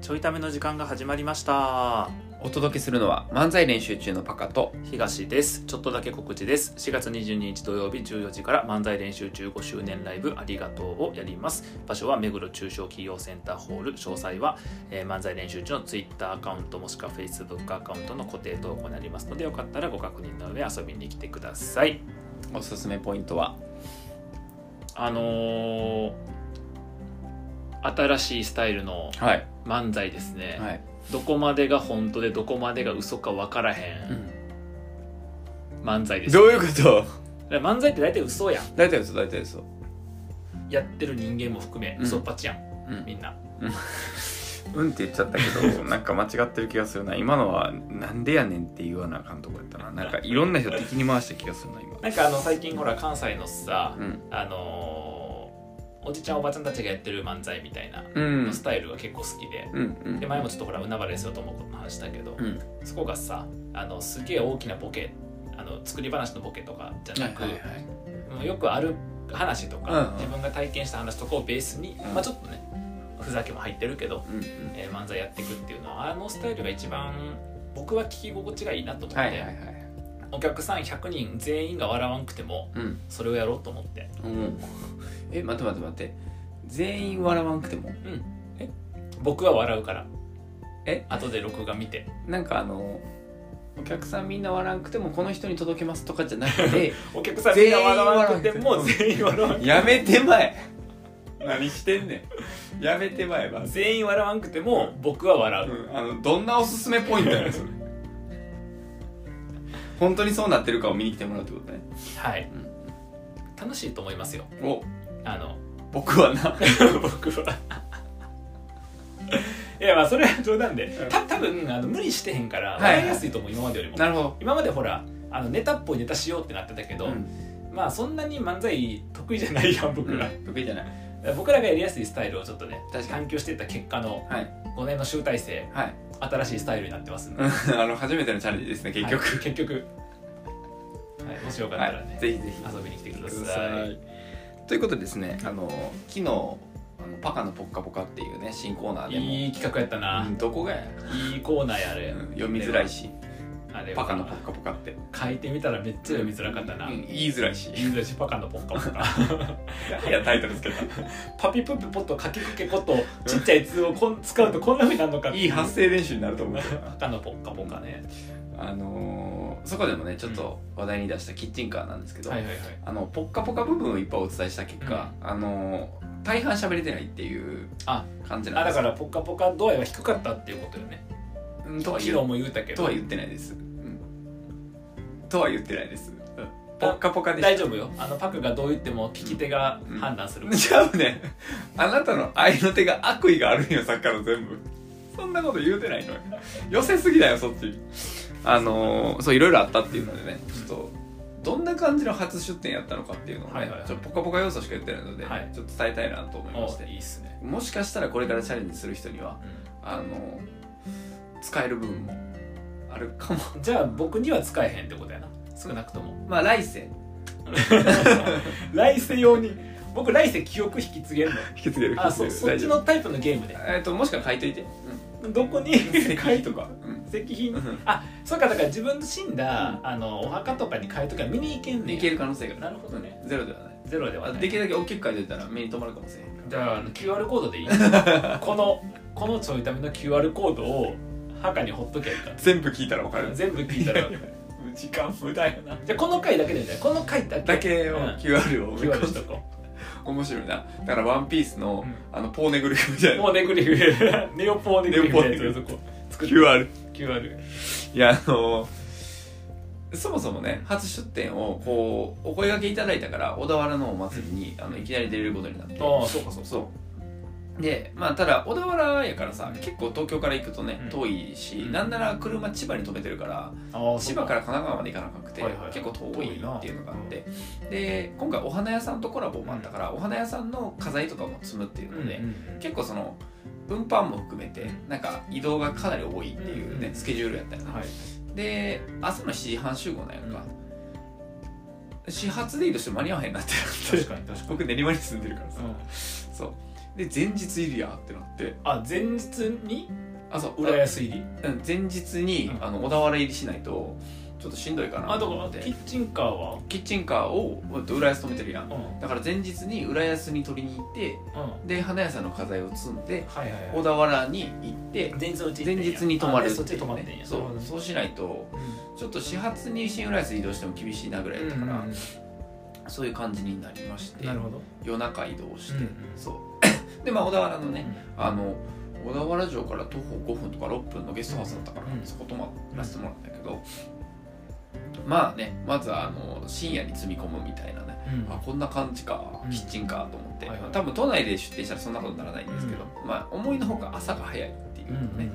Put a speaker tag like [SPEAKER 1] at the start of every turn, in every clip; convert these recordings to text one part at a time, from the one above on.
[SPEAKER 1] ちょいための時間が始まりました
[SPEAKER 2] お届けするのは漫才練習中のパカと
[SPEAKER 1] 東ですちょっとだけ告知です4月22日土曜日14時から漫才練習15周年ライブありがとうをやります場所は目黒中小企業センターホール詳細は、えー漫才練習中の Twitter アカウントもしくは Facebook アカウントの固定投稿になりますのでよかったらご確認の上遊びに来てください
[SPEAKER 2] おすすめポイントは
[SPEAKER 1] あのー新しいスタイルの
[SPEAKER 2] はい
[SPEAKER 1] 漫才ですね、
[SPEAKER 2] はい、
[SPEAKER 1] どこまでが本当でどこまでが嘘か分からへん漫才です
[SPEAKER 2] どういうこと
[SPEAKER 1] だから漫才って大体嘘やん
[SPEAKER 2] 大体嘘大体嘘
[SPEAKER 1] やってる人間も含め
[SPEAKER 2] うん
[SPEAKER 1] 嘘っぱちやん、
[SPEAKER 2] うん
[SPEAKER 1] みんな
[SPEAKER 2] うんって言っちゃったけ どなんか間違ってる気がするな今のはなんでやねんって言わなあかんとこやったななんかいろんな人敵に回した気がするな今
[SPEAKER 1] なんかあの最近ほら関西のさ、
[SPEAKER 2] うん
[SPEAKER 1] あのーおじちゃんおばちゃんたちがやってる漫才みたいな
[SPEAKER 2] うん
[SPEAKER 1] スタイルが結構好きで
[SPEAKER 2] うんうん
[SPEAKER 1] で前もちょっとほら海原ですよともこの話したけど、
[SPEAKER 2] うん
[SPEAKER 1] そこがさあのすげえ大きなボケあの作り話のボケとかじゃなく、
[SPEAKER 2] い
[SPEAKER 1] もうよくある話とか、
[SPEAKER 2] うんうん
[SPEAKER 1] 自分が体験した話とかをベースに、
[SPEAKER 2] うん
[SPEAKER 1] まあ、ちょっとねふざけも入ってるけど、
[SPEAKER 2] うんうん
[SPEAKER 1] えー漫才やっていくっていうのはあのスタイルが一番僕は聞き心地がいいなと思って、
[SPEAKER 2] はいはいはい
[SPEAKER 1] お客さん100人全員が笑わんくても
[SPEAKER 2] うん
[SPEAKER 1] それをやろうと思って
[SPEAKER 2] うんえ待って待って待って全員笑わんくても
[SPEAKER 1] 僕は笑うから
[SPEAKER 2] え
[SPEAKER 1] 後で録画見て
[SPEAKER 2] なんかあのお客さんみんな笑わんくてもこの人に届けますとかじゃなくて
[SPEAKER 1] お客さんみんな笑わんくても全
[SPEAKER 2] 全
[SPEAKER 1] 員笑わんくて
[SPEAKER 2] やめてまえ何してんねんやめてまえば
[SPEAKER 1] も全員笑わんくても僕は笑う、
[SPEAKER 2] うんあのどんなおすすめポイントやねんそれ本当にそうなってるかを見に来てもらうってことね、
[SPEAKER 1] はい
[SPEAKER 2] うん
[SPEAKER 1] 楽しいと思いますよ
[SPEAKER 2] お
[SPEAKER 1] あ の
[SPEAKER 2] 僕はな
[SPEAKER 1] 僕はいやまあそれは冗談でた多分あの無理してへんから
[SPEAKER 2] はい
[SPEAKER 1] 笑いやすいと思う、今までよりも
[SPEAKER 2] なるほど、
[SPEAKER 1] 今までほらあのネタっぽいネタしようってなってたけど、
[SPEAKER 2] うん
[SPEAKER 1] まあそんなに漫才得意じゃないやん僕ら、
[SPEAKER 2] 得意じゃない
[SPEAKER 1] 僕らがやりやすいスタイルをちょっとね
[SPEAKER 2] 確かに
[SPEAKER 1] 探求していった結果の
[SPEAKER 2] はい
[SPEAKER 1] 5年の集大成
[SPEAKER 2] はい
[SPEAKER 1] 新しいスタイルになってますんで
[SPEAKER 2] あの初めてのチャレンジですね結局、
[SPEAKER 1] はい結局、はい、もしよかったらね、
[SPEAKER 2] ぜひぜひ
[SPEAKER 1] 遊びに来てくだ
[SPEAKER 2] くだ
[SPEAKER 1] さい
[SPEAKER 2] さい。ということでですね、あの昨日あのパカのポッカポカっていうね新コーナーでも、
[SPEAKER 1] いい企画やったな、
[SPEAKER 2] うんどこがや、
[SPEAKER 1] いいコーナーやあれ、
[SPEAKER 2] うん読みづらいし、
[SPEAKER 1] あれは
[SPEAKER 2] パカのポッカポカって
[SPEAKER 1] 書いてみたらめっちゃ読みづらかったな、
[SPEAKER 2] うん言いづら いし、
[SPEAKER 1] 言いづらいしパカのポッカポカ
[SPEAKER 2] いやタイトルつけた。
[SPEAKER 1] パピプピポッとかけかけことちっちゃい「つ」をこん使うとこんなふうになるのかって
[SPEAKER 2] いい発声練習になると思 うけどな。
[SPEAKER 1] 赤のポッカポカね
[SPEAKER 2] あのーそこでもねちょっと話題に出したキッチンカーなんですけど、
[SPEAKER 1] はいはいはい
[SPEAKER 2] あのポッカポカ部分をいっぱいお伝えした結果、あのー大半喋れてないっていう
[SPEAKER 1] あ
[SPEAKER 2] 感じな
[SPEAKER 1] あ
[SPEAKER 2] んで
[SPEAKER 1] だ
[SPEAKER 2] す。
[SPEAKER 1] からポッカポカ度合いは低かったっていうことよね
[SPEAKER 2] うんとは
[SPEAKER 1] 昨
[SPEAKER 2] 言
[SPEAKER 1] 日
[SPEAKER 2] う
[SPEAKER 1] も言うたけ
[SPEAKER 2] と
[SPEAKER 1] ど
[SPEAKER 2] は言ってないです。うんとは言ってないです。うんポッカポカでした
[SPEAKER 1] 大丈夫よあのパクがどう言っても聞き手が判断する、
[SPEAKER 2] ちゃうねあなたの愛の手が悪意があるんよさっきから全部そんなこと言うてないのよ寄せすぎだよそっちあのーそういろいろあったっていうのでねちょっとどんな感じの初出店やったのかっていうのをね、
[SPEAKER 1] はいはいはい
[SPEAKER 2] ちょっとポカポカ要素しか言ってないので、
[SPEAKER 1] はい
[SPEAKER 2] ちょっと伝えたいなと思いまし
[SPEAKER 1] おい
[SPEAKER 2] て
[SPEAKER 1] いっすね、
[SPEAKER 2] もしかしたらこれからチャレンジする人にはあのー使える部分もあるかも
[SPEAKER 1] じゃあ僕には使えへんってことやな少なくと も
[SPEAKER 2] まあ来世
[SPEAKER 1] 来世用に僕来世記憶引き継 げるの
[SPEAKER 2] 引き継げる
[SPEAKER 1] あそそっちのタイプのゲームで
[SPEAKER 2] えっともしか書いといて、
[SPEAKER 1] どこに 書いとか
[SPEAKER 2] うん
[SPEAKER 1] 石碑に
[SPEAKER 2] うん
[SPEAKER 1] あそうかだから自分の死んだ、あのお墓とかに変えときは見に行けんねん
[SPEAKER 2] いける可能性がある
[SPEAKER 1] なるほどね
[SPEAKER 2] ゼロではない
[SPEAKER 1] ゼロでは
[SPEAKER 2] あ
[SPEAKER 1] ない
[SPEAKER 2] できるだけ大きく書いていたら目に留まるかもしれへん
[SPEAKER 1] じゃああの QR コードでいい このこのちょいための QR コードを墓にほっとけやった
[SPEAKER 2] 全部聞いたら分からる
[SPEAKER 1] 全部聞い たら
[SPEAKER 2] 時間無駄やな
[SPEAKER 1] じゃあこの回だけでねこの回だけ
[SPEAKER 2] だけを
[SPEAKER 1] うん
[SPEAKER 2] QR を追い
[SPEAKER 1] QR
[SPEAKER 2] 込
[SPEAKER 1] し
[SPEAKER 2] ん
[SPEAKER 1] と
[SPEAKER 2] で
[SPEAKER 1] こ
[SPEAKER 2] 面白いなだから「ワンピースの、
[SPEAKER 1] うん
[SPEAKER 2] あのポーネグリフみた
[SPEAKER 1] う
[SPEAKER 2] いな
[SPEAKER 1] ポーネグリフ ネオポーネグリフのやつをそこ作って
[SPEAKER 2] QR
[SPEAKER 1] QR
[SPEAKER 2] いやあのそもそもね初出店をこうお声掛けいただいたから小田原のお祭りにあのいきなり出れることになって
[SPEAKER 1] ああそうかそうか
[SPEAKER 2] そうでまあただ小田原やからさ結構東京から行くとね、
[SPEAKER 1] うん
[SPEAKER 2] 遠いし、
[SPEAKER 1] うん
[SPEAKER 2] なんなら車千葉に止めてるから、
[SPEAKER 1] ああ
[SPEAKER 2] 千葉から神奈川まで行かなくて、
[SPEAKER 1] はいはい
[SPEAKER 2] 結構遠いっていうのがあって、で今回お花屋さんとコラボもあったから、お花屋さんの家財とかも積むっていうので、結構その運搬も含めてなんか移動がかなり多いっていうね、
[SPEAKER 1] うん
[SPEAKER 2] スケジュールやったよね、
[SPEAKER 1] はい
[SPEAKER 2] で朝の7時半集合なんやんか、始発でいいとして間に合わへんなってなっ
[SPEAKER 1] 確
[SPEAKER 2] て
[SPEAKER 1] かに確かに
[SPEAKER 2] 僕練馬に住んでるからさ、
[SPEAKER 1] うん
[SPEAKER 2] そうで前日入りやってなって
[SPEAKER 1] あ前日に
[SPEAKER 2] 朝
[SPEAKER 1] 浦安入り
[SPEAKER 2] うん前日に、
[SPEAKER 1] うん
[SPEAKER 2] あの小田原入りしないとちょっとしんどいか
[SPEAKER 1] あ
[SPEAKER 2] な
[SPEAKER 1] だ
[SPEAKER 2] と
[SPEAKER 1] か
[SPEAKER 2] 思
[SPEAKER 1] ら
[SPEAKER 2] って
[SPEAKER 1] キッチンカーは
[SPEAKER 2] キッチンカーをうんと浦安止めてるやん
[SPEAKER 1] うんうん
[SPEAKER 2] だから前日に浦安に取りに行って
[SPEAKER 1] は
[SPEAKER 2] で花屋さんの家財を積ん
[SPEAKER 1] い
[SPEAKER 2] で
[SPEAKER 1] はい
[SPEAKER 2] 小田原に行って
[SPEAKER 1] 前日のうち
[SPEAKER 2] 前日に泊まる
[SPEAKER 1] そっち泊まってんや
[SPEAKER 2] そ
[SPEAKER 1] なるほど
[SPEAKER 2] う
[SPEAKER 1] ね
[SPEAKER 2] そうしないとちょっと始発に新浦安移動しても厳しいなぐらいだった
[SPEAKER 1] う
[SPEAKER 2] か
[SPEAKER 1] ん
[SPEAKER 2] ら、そういう感じになりまして
[SPEAKER 1] なるほど
[SPEAKER 2] 夜中移動して、
[SPEAKER 1] うんうん
[SPEAKER 2] そう でまあ小田原のねあの小田原城から徒歩5分とか6分のゲストハウスだったから、
[SPEAKER 1] うん
[SPEAKER 2] そこ泊まらせてもらったんやけど、まあねまずはあの深夜に積み込むみたいなね
[SPEAKER 1] うん
[SPEAKER 2] あこんな感じか、
[SPEAKER 1] うん
[SPEAKER 2] キッチンかと思って、
[SPEAKER 1] はいはい
[SPEAKER 2] 多分都内で出店したらそんなことにならないんですけど、まあ思いのほか朝が早いっていう
[SPEAKER 1] うん
[SPEAKER 2] の
[SPEAKER 1] う
[SPEAKER 2] ね、
[SPEAKER 1] ん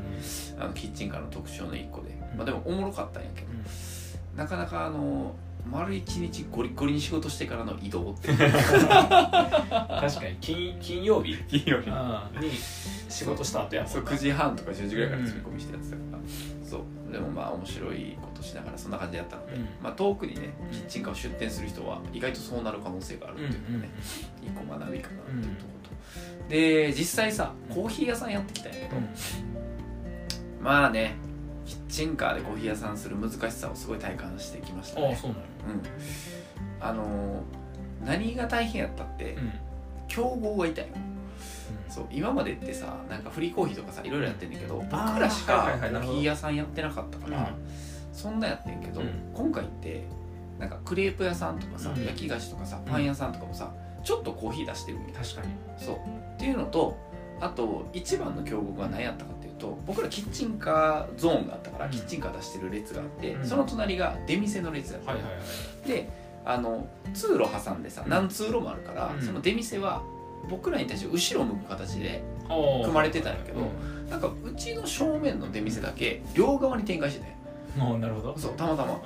[SPEAKER 2] あのキッチンカーの特徴の一個で、
[SPEAKER 1] ん
[SPEAKER 2] まあ、でもおもろかったんやけど、
[SPEAKER 1] うん
[SPEAKER 2] なかなかあの丸一日ゴリゴリに仕事してからの移動って
[SPEAKER 1] 確かに金金曜日
[SPEAKER 2] 金 曜日
[SPEAKER 1] うんに仕事した後やもんな
[SPEAKER 2] そう9時半とか10時ぐらいから詰め込みしてやってたから、そうでもまあ面白いことしながらそんな感じだったので、
[SPEAKER 1] うん
[SPEAKER 2] まあ、遠くにね
[SPEAKER 1] うん
[SPEAKER 2] キッチンカーを出店する人は意外とそうなる可能性があるっ
[SPEAKER 1] う
[SPEAKER 2] て
[SPEAKER 1] ん
[SPEAKER 2] いううのね、
[SPEAKER 1] ん
[SPEAKER 2] 一個学びかなっていうとことで実際さコーヒー屋さんやってきたんやけど、まあねキッチンカーでコーヒー屋さんする難しさをすごい体感してきました
[SPEAKER 1] ああ
[SPEAKER 2] ね
[SPEAKER 1] そうなの
[SPEAKER 2] うんあのー何が大変やったって、競合がいたよそう今までってさなんかフリーコーヒーとかさいろいろやってんだけど僕
[SPEAKER 1] あー
[SPEAKER 2] らし
[SPEAKER 1] はい
[SPEAKER 2] か
[SPEAKER 1] はい
[SPEAKER 2] コ
[SPEAKER 1] はいな
[SPEAKER 2] ー
[SPEAKER 1] る
[SPEAKER 2] ヒ
[SPEAKER 1] ほど
[SPEAKER 2] ー屋さんやってなかったから、
[SPEAKER 1] う
[SPEAKER 2] そんなんやってんけど、
[SPEAKER 1] うん
[SPEAKER 2] 今回ってなんかクレープ屋さんとかさ、
[SPEAKER 1] うん
[SPEAKER 2] 焼き菓子とかさ
[SPEAKER 1] ん
[SPEAKER 2] パン屋さんとかもさちょっとコーヒー出してるんや
[SPEAKER 1] 確かに
[SPEAKER 2] そうっていうのとあと一番の競合が何やったかっていうと僕らキッチンカーゾーンがあったから、
[SPEAKER 1] うん
[SPEAKER 2] キッチンカー出してる列があって、
[SPEAKER 1] うん
[SPEAKER 2] その隣が出店の列やった、
[SPEAKER 1] はいはいはい
[SPEAKER 2] であの通路挟んでさ
[SPEAKER 1] うん
[SPEAKER 2] 何通路もあるから、
[SPEAKER 1] うん
[SPEAKER 2] その出店は僕らに対して後ろ向く形で
[SPEAKER 1] ああ
[SPEAKER 2] 組まれてたんやけど
[SPEAKER 1] うん
[SPEAKER 2] なんかうちの正面の出店だけ両側に展開してて
[SPEAKER 1] ああなるほど
[SPEAKER 2] そうたまたま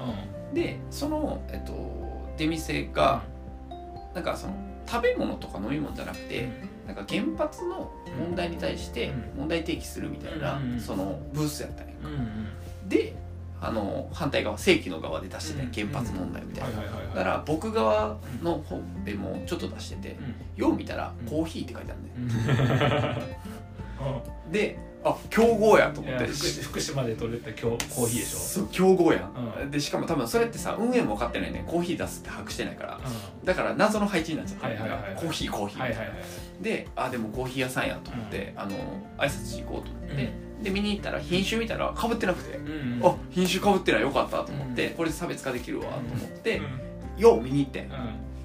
[SPEAKER 1] う
[SPEAKER 2] でその、えっと、出店がなんかその食べ物とか飲み物じゃなくて、なんか原発の問題に対して
[SPEAKER 1] うん
[SPEAKER 2] 問題提起するみたいな、
[SPEAKER 1] うんうん
[SPEAKER 2] そのブースやったんや
[SPEAKER 1] んうんうん
[SPEAKER 2] であの反対側正規の側で出してたんや
[SPEAKER 1] うん
[SPEAKER 2] 原発問題みたいな、
[SPEAKER 1] はいはいはいはい
[SPEAKER 2] だから僕側の方でもちょっと出してて、よう見たら
[SPEAKER 1] うん
[SPEAKER 2] コーヒーって書いてあるんだよ
[SPEAKER 1] うん
[SPEAKER 2] であ競合やと
[SPEAKER 1] うんい
[SPEAKER 2] 思っ
[SPEAKER 1] や
[SPEAKER 2] て
[SPEAKER 1] 福福島で取れた今日コーヒーでし
[SPEAKER 2] そう競合やん、
[SPEAKER 1] うん
[SPEAKER 2] でしかも多分それってさ運営も分かってないねコーヒー出すって把握してないから
[SPEAKER 1] ょう
[SPEAKER 2] だから謎の配置になっちゃってる、
[SPEAKER 1] はいはいはいはい
[SPEAKER 2] コーヒーコーヒーみ
[SPEAKER 1] ん
[SPEAKER 2] た
[SPEAKER 1] はいい
[SPEAKER 2] な、
[SPEAKER 1] はいはい
[SPEAKER 2] であでもコーヒー屋さんやと思って、あの挨拶しに行こうと思って、で見に行ったら品種見たらかぶってなくて、
[SPEAKER 1] うんうん
[SPEAKER 2] あ品種かぶってないよかったと思って、
[SPEAKER 1] う
[SPEAKER 2] これで差別化できるわと思っ
[SPEAKER 1] う
[SPEAKER 2] て
[SPEAKER 1] ん、
[SPEAKER 2] よう見に行ってん
[SPEAKER 1] うん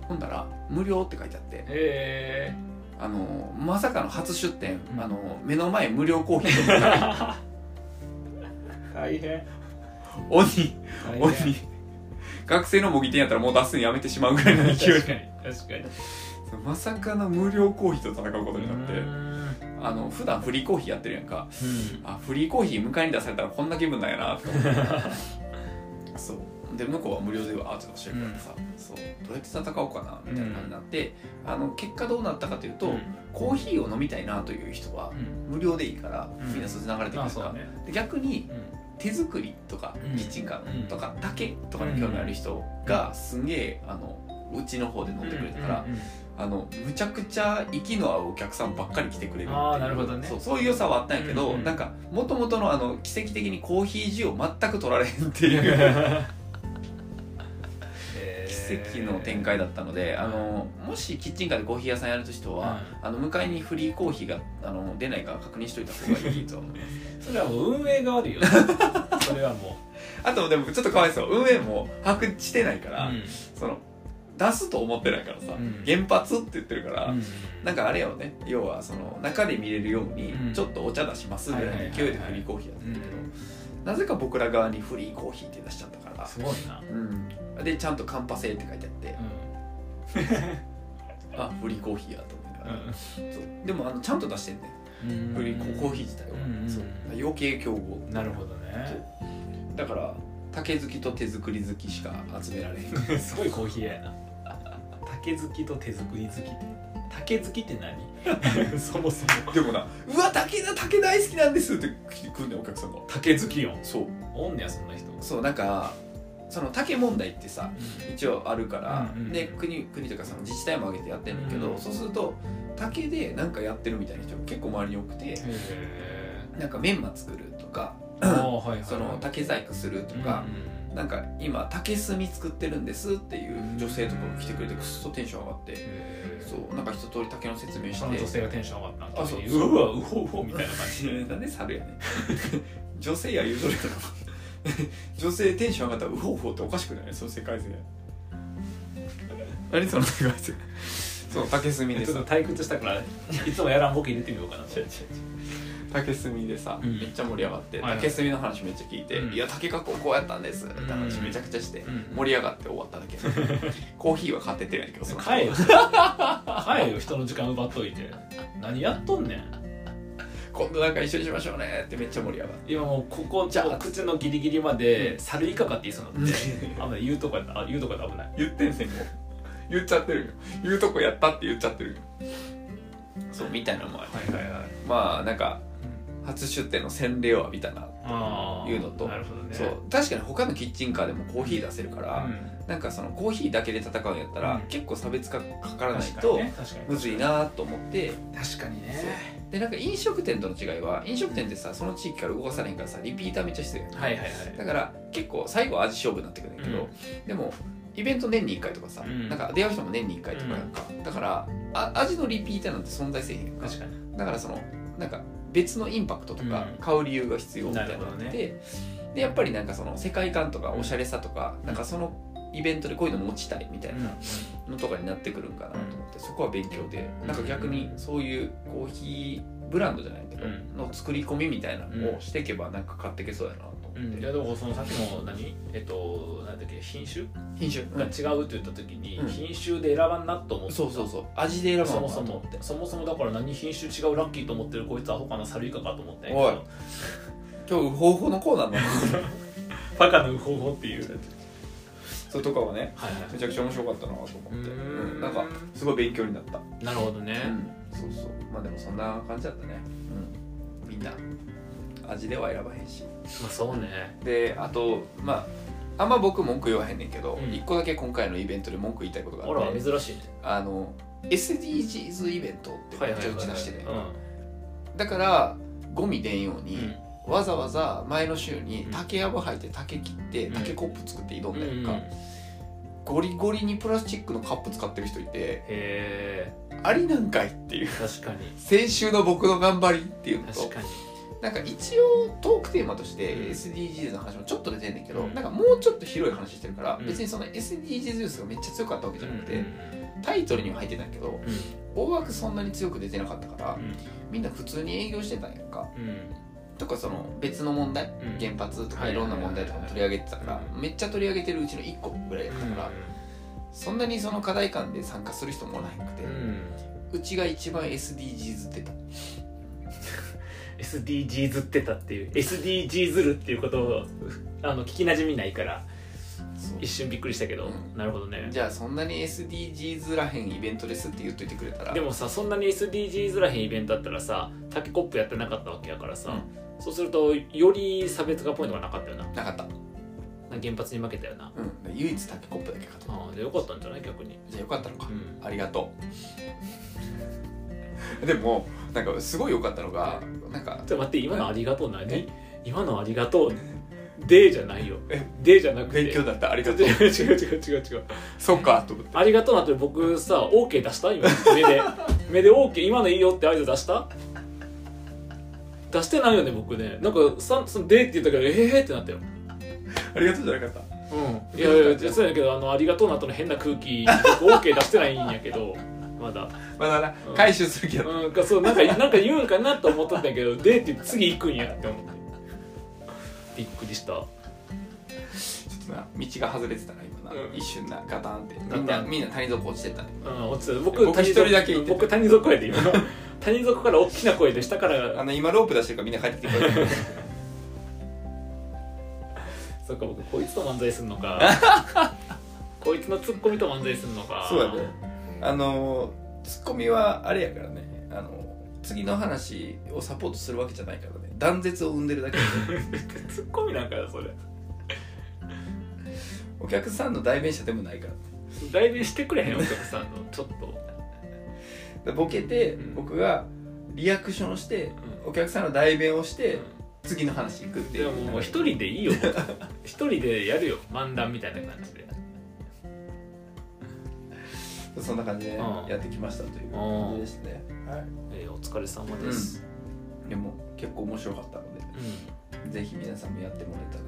[SPEAKER 2] ほんだら「無料」って書いてあって
[SPEAKER 1] ええ
[SPEAKER 2] あのまさかの初出店、
[SPEAKER 1] うん
[SPEAKER 2] あの目の前無料コーヒ ーと
[SPEAKER 1] 大変
[SPEAKER 2] 鬼鬼
[SPEAKER 1] 大変
[SPEAKER 2] 学生の模擬店やったらもう出すのやめてしまうぐらいの勢い
[SPEAKER 1] 確かに確かに
[SPEAKER 2] まさかの無料コーヒーと戦うことになって、
[SPEAKER 1] う
[SPEAKER 2] あの普段フリーコーヒーやってるやんか
[SPEAKER 1] ん
[SPEAKER 2] あフリーコーヒー迎えに出されたらこんな気分なんやなって思ってそうで向こうは無料でわーって出してるからさ、そうどうやって戦おうかなみたいな感じになって、あの結果どうなったかというと、
[SPEAKER 1] うん
[SPEAKER 2] コーヒーを飲みたいなという人は
[SPEAKER 1] うん
[SPEAKER 2] 無料でいいから、
[SPEAKER 1] うん
[SPEAKER 2] みんなそっち流れてくる
[SPEAKER 1] あ
[SPEAKER 2] か
[SPEAKER 1] そう
[SPEAKER 2] ら、
[SPEAKER 1] だね
[SPEAKER 2] で逆に
[SPEAKER 1] うん
[SPEAKER 2] 手作りとか、
[SPEAKER 1] うん
[SPEAKER 2] キッチンカ
[SPEAKER 1] うん
[SPEAKER 2] ーとかだけとかに興味ある人がすんげえあのうちの方で飲んでくれたから、
[SPEAKER 1] うんうんうん
[SPEAKER 2] あのむちゃくちゃ息の合うお客さんばっかり来てくれるっていう
[SPEAKER 1] あーなるほどね
[SPEAKER 2] そうそういう良さはあったんやけど、
[SPEAKER 1] うんうん
[SPEAKER 2] なんかもともとのあの奇跡的にコーヒー需要全く取られへんっ ていう奇跡の展開だったので、あのもしキッチンカーでコーヒー屋さんやると人は、あの向かいにフリーコーヒーがあの出ないか確認しといた方がいいと思う
[SPEAKER 1] それはもう運営が悪いよねそれはも
[SPEAKER 2] あとでもちょっとかわいそう運営も把握してないか
[SPEAKER 1] う
[SPEAKER 2] ら、その出すと思ってないから
[SPEAKER 1] う
[SPEAKER 2] さ、
[SPEAKER 1] ん
[SPEAKER 2] 原発って言ってるから、
[SPEAKER 1] うん
[SPEAKER 2] なんかあれよね要はその中で見れるように、
[SPEAKER 1] うん
[SPEAKER 2] ちょっとお茶出しますぐらいの勢いでフリーコーヒーやってたけど、
[SPEAKER 1] う
[SPEAKER 2] なぜか僕ら側にフリーコーヒーって出しちゃったから
[SPEAKER 1] すごいな
[SPEAKER 2] うんでちゃんと「カンパセ」って書いてあって、あフリーコーヒーやと思いながらそうでもあのちゃんと出してんね
[SPEAKER 1] うん
[SPEAKER 2] フリーココーヒー自体は、
[SPEAKER 1] うん
[SPEAKER 2] そう余計競合
[SPEAKER 1] なるほど
[SPEAKER 2] そう
[SPEAKER 1] ね
[SPEAKER 2] だから竹好きと手作り好きしか集め られへん
[SPEAKER 1] すごいコーヒー屋やな竹好きと手作り好き竹好きって何そもそも
[SPEAKER 2] でもな「うわ竹だ竹大好きなんです」って来るねんお客さんが
[SPEAKER 1] 竹好きよ
[SPEAKER 2] そう
[SPEAKER 1] おんねやそんな人
[SPEAKER 2] そうなんかその竹問題ってさ一応あるから、
[SPEAKER 1] うんうん
[SPEAKER 2] で国国とかその自治体も挙げてやってるんだけど、
[SPEAKER 1] うん
[SPEAKER 2] そうすると竹でなんかやってるみたいな人が結構周りに多くて
[SPEAKER 1] へ
[SPEAKER 2] なんかメンマ作るとか
[SPEAKER 1] ーあーはいはいはい
[SPEAKER 2] その竹細工するとか、
[SPEAKER 1] うん
[SPEAKER 2] なんか今竹炭作ってるんですっていう女性とかが来てくれてくっそテンション上がって
[SPEAKER 1] へー
[SPEAKER 2] そうなんか一通り竹の説明し
[SPEAKER 1] その女
[SPEAKER 2] て
[SPEAKER 1] 性がテンション上がった
[SPEAKER 2] あそう
[SPEAKER 1] うわうほうほうみたいな感じ
[SPEAKER 2] なんで猿やねん 女性や言うとるやろ 女性テンション上がったらウホウホっておかしくないその世界線何その世界線 そう竹炭で
[SPEAKER 1] ちょっ
[SPEAKER 2] さ
[SPEAKER 1] と退屈したからいつもやらんボケ入れてみようかな
[SPEAKER 2] 竹炭でさ、
[SPEAKER 1] うん
[SPEAKER 2] めっちゃ盛り上がって、
[SPEAKER 1] はいはい
[SPEAKER 2] 竹炭の話めっちゃ聞いて「
[SPEAKER 1] うん
[SPEAKER 2] いや竹加工こうやったんです」って話
[SPEAKER 1] うん
[SPEAKER 2] めちゃくちゃして、
[SPEAKER 1] うん
[SPEAKER 2] 盛り上がって終わった だけコーヒーは買ってってないけどその
[SPEAKER 1] 帰よ帰よ人の時間奪っといて何やっとんねん
[SPEAKER 2] 今度なんか一緒にしましょうねってめっちゃ盛り上がって
[SPEAKER 1] 今もうここ
[SPEAKER 2] じゃあ
[SPEAKER 1] もう口のギリギリまで猿以下かって言いそうになって
[SPEAKER 2] うん
[SPEAKER 1] 危ない言うとこやったあ言うとこやった危ない
[SPEAKER 2] 言ってんせんもう言っちゃってるよ言うとこやったって言っちゃってるよそうみたいなのもある
[SPEAKER 1] はいはいはい
[SPEAKER 2] まあなんか初出店の洗礼を浴びたな、
[SPEAKER 1] ああ
[SPEAKER 2] いうのと
[SPEAKER 1] なるほどね
[SPEAKER 2] そう確かに他のキッチンカーでもコーヒー出せるから、なんかそのコーヒーだけで戦うんやったら、
[SPEAKER 1] うん
[SPEAKER 2] 結構差別化かから
[SPEAKER 1] うん、
[SPEAKER 2] ない
[SPEAKER 1] 確かに
[SPEAKER 2] と
[SPEAKER 1] ね確かに
[SPEAKER 2] むずいなと思って
[SPEAKER 1] 確かにね
[SPEAKER 2] でなんか飲食店との違いは飲食店ってさその地域から動かされへんからさリピーターめっちゃ必要やん
[SPEAKER 1] はいはいはい
[SPEAKER 2] だから結構最後は味勝負になってくるんだけど、でもイベント年に1回とかさ、
[SPEAKER 1] うん
[SPEAKER 2] なんか出会う人も年に1回とかやんか、だからあ味のリピーターなんて存在せえへんやんか
[SPEAKER 1] 確かに
[SPEAKER 2] だからそのなんか別のインパクトとか
[SPEAKER 1] うん
[SPEAKER 2] 買う理由が必要みたいになっ
[SPEAKER 1] なるほ
[SPEAKER 2] て
[SPEAKER 1] ど
[SPEAKER 2] て、でやっぱりなんかその世界観とかおしゃれさとか、なんかそのイベントでこういうの持ちたいみたいなのとかになってくるんかなと思って、そこは勉強で
[SPEAKER 1] うん
[SPEAKER 2] なんか逆にそういうコーヒーブランドじゃないけど、
[SPEAKER 1] うん
[SPEAKER 2] の作り込みみたいなのをしていけばなんか買っていけそうやなと思って、
[SPEAKER 1] うん、いやでもそのさっきも何えっと何だっけ品種
[SPEAKER 2] 品種、
[SPEAKER 1] が違うって言った時に、
[SPEAKER 2] うん
[SPEAKER 1] 品種で選ばんなと思って
[SPEAKER 2] そうそうそう味で選ぶ
[SPEAKER 1] そ
[SPEAKER 2] の
[SPEAKER 1] も
[SPEAKER 2] か
[SPEAKER 1] そ
[SPEAKER 2] なと
[SPEAKER 1] も
[SPEAKER 2] 思って
[SPEAKER 1] そもそもだから何品種違うラッキーと思ってるこいつアホかな猿以下かと思ったんや
[SPEAKER 2] おい今日方法のコーナーの
[SPEAKER 1] バカの方法っていう
[SPEAKER 2] そうとかはね
[SPEAKER 1] はいは
[SPEAKER 2] めちゃくちゃ面白かったなと思って
[SPEAKER 1] うーん
[SPEAKER 2] うんなんかすごい勉強になった
[SPEAKER 1] いなるほどね、
[SPEAKER 2] そうそうまあでもそんな感じだったね、うん、みんな味では選ばへんし
[SPEAKER 1] まあそうね
[SPEAKER 2] であとまああんま僕文句言わへんねんけど、
[SPEAKER 1] うん
[SPEAKER 2] 一1個だけ今回のイベントで文句言いたいことが
[SPEAKER 1] あ
[SPEAKER 2] あっ
[SPEAKER 1] ら
[SPEAKER 2] て
[SPEAKER 1] 珍しいね
[SPEAKER 2] あの SDGs イベントってめっちゃ打ち出してね
[SPEAKER 1] うん
[SPEAKER 2] だからゴミ出んよう
[SPEAKER 1] う
[SPEAKER 2] に、
[SPEAKER 1] ん
[SPEAKER 2] わざわざ前の週に
[SPEAKER 1] うん
[SPEAKER 2] 竹やぶ履いて竹切って
[SPEAKER 1] うん
[SPEAKER 2] 竹コップ作って挑
[SPEAKER 1] うん
[SPEAKER 2] だやん
[SPEAKER 1] ん
[SPEAKER 2] か、
[SPEAKER 1] へ
[SPEAKER 2] ゴリゴリにプラスチックのカップ使ってる人いて
[SPEAKER 1] え
[SPEAKER 2] ありなんかいっていう
[SPEAKER 1] 確かに
[SPEAKER 2] 先週の僕の頑張りっていうのと
[SPEAKER 1] 確かに
[SPEAKER 2] なんか一応トークテーマとして
[SPEAKER 1] うん
[SPEAKER 2] SDGs の話もちょっと出てんだけど、
[SPEAKER 1] うん
[SPEAKER 2] なんかもうちょっと広い話してるから、
[SPEAKER 1] うん
[SPEAKER 2] 別にその SDGs 要素がめっちゃ強かったわけじゃなくて、
[SPEAKER 1] うん
[SPEAKER 2] タイトルには入ってたけど
[SPEAKER 1] うん
[SPEAKER 2] 大枠そんなに強く出てなかったから、
[SPEAKER 1] うん
[SPEAKER 2] みんな普通に営業してたんやんか
[SPEAKER 1] うん
[SPEAKER 2] とかその別の問題
[SPEAKER 1] うん
[SPEAKER 2] 原発とか
[SPEAKER 1] はい
[SPEAKER 2] いろんな問題とかも取り上げてたから、
[SPEAKER 1] うん
[SPEAKER 2] めっちゃ取り上げてるうちの1個ぐらいだったから、そんなにその課題感で参加する人もおらへんくて、
[SPEAKER 1] う
[SPEAKER 2] うんちが一番 SDGs 出た
[SPEAKER 1] SDGs ってたっていう SDGs るっていうことをあの聞きなじみないから
[SPEAKER 2] そう
[SPEAKER 1] 一瞬びっくりしたけど、
[SPEAKER 2] うん
[SPEAKER 1] なるほどね
[SPEAKER 2] じゃあそんなに SDGs らへんイベントですって言っといてくれたら
[SPEAKER 1] でもさそんなに SDGs らへんイベントだったらさ竹コップやってなかったわけやからさ、そうするとより差別化ポイントがなかったよな
[SPEAKER 2] なかった、
[SPEAKER 1] 原発に負けたよな
[SPEAKER 2] うん、唯一竹コップだけ買った
[SPEAKER 1] ああでよかったんじゃない逆に
[SPEAKER 2] じゃあよかったのか、
[SPEAKER 1] うん
[SPEAKER 2] ありがとう でもなんかすごい良かったのがなんか
[SPEAKER 1] ちょっと待って今の「ありがとう何」今の「ありがとう」でじゃないよ
[SPEAKER 2] え
[SPEAKER 1] でじゃなくて
[SPEAKER 2] 勉強だったあ り
[SPEAKER 1] 違
[SPEAKER 2] が
[SPEAKER 1] う
[SPEAKER 2] とう
[SPEAKER 1] 違う違う違う違う
[SPEAKER 2] そっかと思って
[SPEAKER 1] ありがとうなって僕さ OK 出した今目で目で OK 今のいいよって合図出した出してないよね僕ねなんかさその「で」って言ったけどええー、ってなったよ
[SPEAKER 2] ありがとうじゃなかった
[SPEAKER 1] うんいやいや実はやけどあの「ありがとうな」との変な空気僕 OK 出してないんやけどまだ
[SPEAKER 2] まだな
[SPEAKER 1] うん
[SPEAKER 2] 回収する気だった、
[SPEAKER 1] うんかそうなんかなんか言うんかなと思っとったんやけど「で」って次行くんやって思ってびっくりした
[SPEAKER 2] ちょっとな道が外れてたな今な、
[SPEAKER 1] うん
[SPEAKER 2] 一瞬なガタンって
[SPEAKER 1] タン
[SPEAKER 2] みんなみんな谷底落ちてったね
[SPEAKER 1] うん落ちてた僕
[SPEAKER 2] 僕一人だけ行ってた
[SPEAKER 1] 僕谷底やで今谷底から大きな声で下か
[SPEAKER 2] あ
[SPEAKER 1] ら
[SPEAKER 2] の今ロープ出してるからみんな帰ってきてくれ る
[SPEAKER 1] そっか僕こいつと漫才すんのか こいつのツッコミと漫才すんのか
[SPEAKER 2] そうやねあのツッコミはあれやからねあの次の話をサポートするわけじゃないからね断絶を生んでるだけ
[SPEAKER 1] ツッコミなんかよそれ
[SPEAKER 2] お客さんの代弁者でもないから
[SPEAKER 1] 代弁してくれへんお客さんのちょっと
[SPEAKER 2] でボケて、
[SPEAKER 1] うん
[SPEAKER 2] 僕がリアクションして、お客さんの代弁をして、次の話行くってい
[SPEAKER 1] で
[SPEAKER 2] う
[SPEAKER 1] ももう一人でいいよ一人でやるよ漫談みたいな感じで
[SPEAKER 2] そんな感じで
[SPEAKER 1] うん
[SPEAKER 2] やってきましたという感じですね、はい
[SPEAKER 1] えーお疲れ様です、
[SPEAKER 2] でも結構面白かったのでぜひ皆さんもやってもらえたら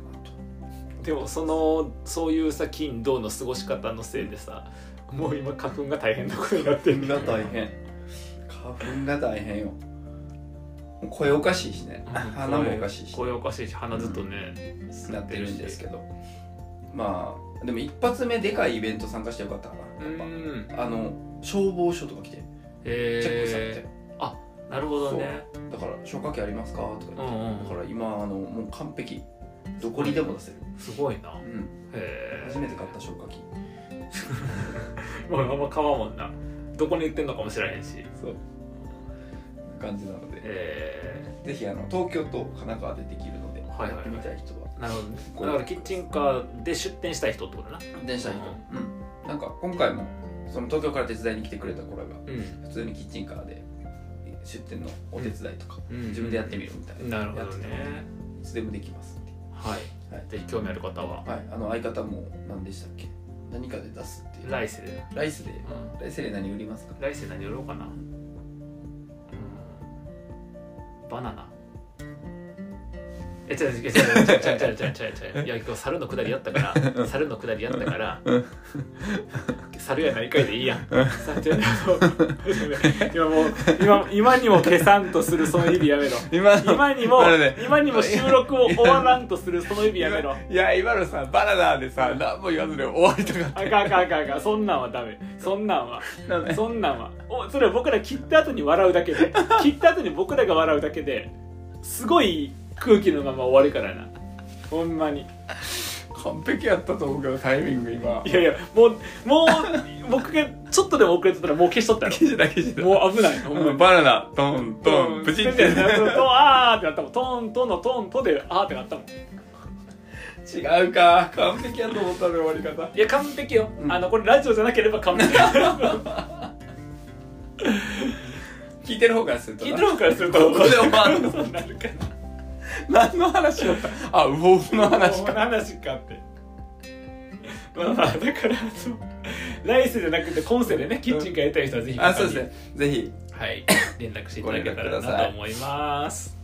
[SPEAKER 2] なと
[SPEAKER 1] でもそのそういうさ金土の過ごし方のせいでさもう今花粉が大変なことになってる
[SPEAKER 2] 花粉が大変花粉が大変よもう声おかしいしね鼻もおかしいし
[SPEAKER 1] 声おかしいし鼻ずっとね、
[SPEAKER 2] なってるんですけどまあでも一発目でかいイベント参加してよかったか
[SPEAKER 1] う
[SPEAKER 2] なやっ
[SPEAKER 1] ん
[SPEAKER 2] ぱあの消防署とか来てチェックされ
[SPEAKER 1] え
[SPEAKER 2] て、
[SPEAKER 1] ー、なるほどね
[SPEAKER 2] だから消火器ありますかとか
[SPEAKER 1] う
[SPEAKER 2] 言って、
[SPEAKER 1] ん
[SPEAKER 2] だ
[SPEAKER 1] う
[SPEAKER 2] から
[SPEAKER 1] ん
[SPEAKER 2] 今あのもう完璧どこにでも出せる、
[SPEAKER 1] すごいな
[SPEAKER 2] うん、
[SPEAKER 1] へえ
[SPEAKER 2] 初めて買った消火器
[SPEAKER 1] まああんま買わんもんなどこに売ってんのかもしれへんし
[SPEAKER 2] そう感じなので
[SPEAKER 1] え
[SPEAKER 2] ぜひあの東京と神奈川でできるので、
[SPEAKER 1] はいはいはい
[SPEAKER 2] やってみたい人は
[SPEAKER 1] ー、なるほどね
[SPEAKER 2] こう
[SPEAKER 1] だからキッチンカーで出店したい人ってことだな
[SPEAKER 2] 電車人、うん、なんか今回もその東京から手伝いに来てくれた子らが
[SPEAKER 1] うん、
[SPEAKER 2] 普通にキッチンカーで出店のお手伝いとか、
[SPEAKER 1] うん、
[SPEAKER 2] 自分でやってみるみたいな
[SPEAKER 1] なるほどね
[SPEAKER 2] いつでもできますって
[SPEAKER 1] はい、
[SPEAKER 2] はい
[SPEAKER 1] ぜひ興味ある方は
[SPEAKER 2] はいあの相方も何でしたっけ何かで出すっていう
[SPEAKER 1] 来世で、
[SPEAKER 2] ライスで
[SPEAKER 1] う
[SPEAKER 2] ライスで何売りますか
[SPEAKER 1] ん、来世何売ろうかな、うん、バナナえ違う違う違う違う違う違う違う違う違ういや今日猿のくだりやったから猿のくだりやったから猿やないかいでいいやんさちょっと今もう今今にも消さんとするその指やめろ
[SPEAKER 2] 今
[SPEAKER 1] 今にも
[SPEAKER 2] あのね
[SPEAKER 1] 今にも収録を終わらんとするその指やめろ
[SPEAKER 2] いや今のさバナナでさ何も言わずで終わりとか
[SPEAKER 1] あかんあかんあかんあかんそんなんはダメそんなんは
[SPEAKER 2] ダメ
[SPEAKER 1] そんなんはおそれは僕ら切った後に笑うだけで切った後に僕らが笑うだけですごい空気のまま終わるからなほんまに
[SPEAKER 2] 完璧やったと思うけどタイミング今
[SPEAKER 1] いやいやもうもう僕がちょっとでも遅れてたらもう消しとった
[SPEAKER 2] 記事だ記事だ
[SPEAKER 1] のもう危ないほんまに
[SPEAKER 2] バナナトントンプチって
[SPEAKER 1] トンあーってなったもんトントンのトントであーってなったもん
[SPEAKER 2] 違うか完璧やと思ったの終わり方
[SPEAKER 1] いや完璧よ、
[SPEAKER 2] うん
[SPEAKER 1] あのこれラジオじゃなければ完璧
[SPEAKER 2] 聞いてる方からすると
[SPEAKER 1] 聞い
[SPEAKER 2] な
[SPEAKER 1] てる方からすると
[SPEAKER 2] ここで終わるの
[SPEAKER 1] そうなるから
[SPEAKER 2] 何の話やったあウォーフの話
[SPEAKER 1] この
[SPEAKER 2] か
[SPEAKER 1] 話かってまあまあだからそう来世じゃなくて今世でねキッチンカーやりたい人はぜひ
[SPEAKER 2] あそうですねぜひ
[SPEAKER 1] はい連絡していただけたら
[SPEAKER 2] ご連絡くださ
[SPEAKER 1] ないと思います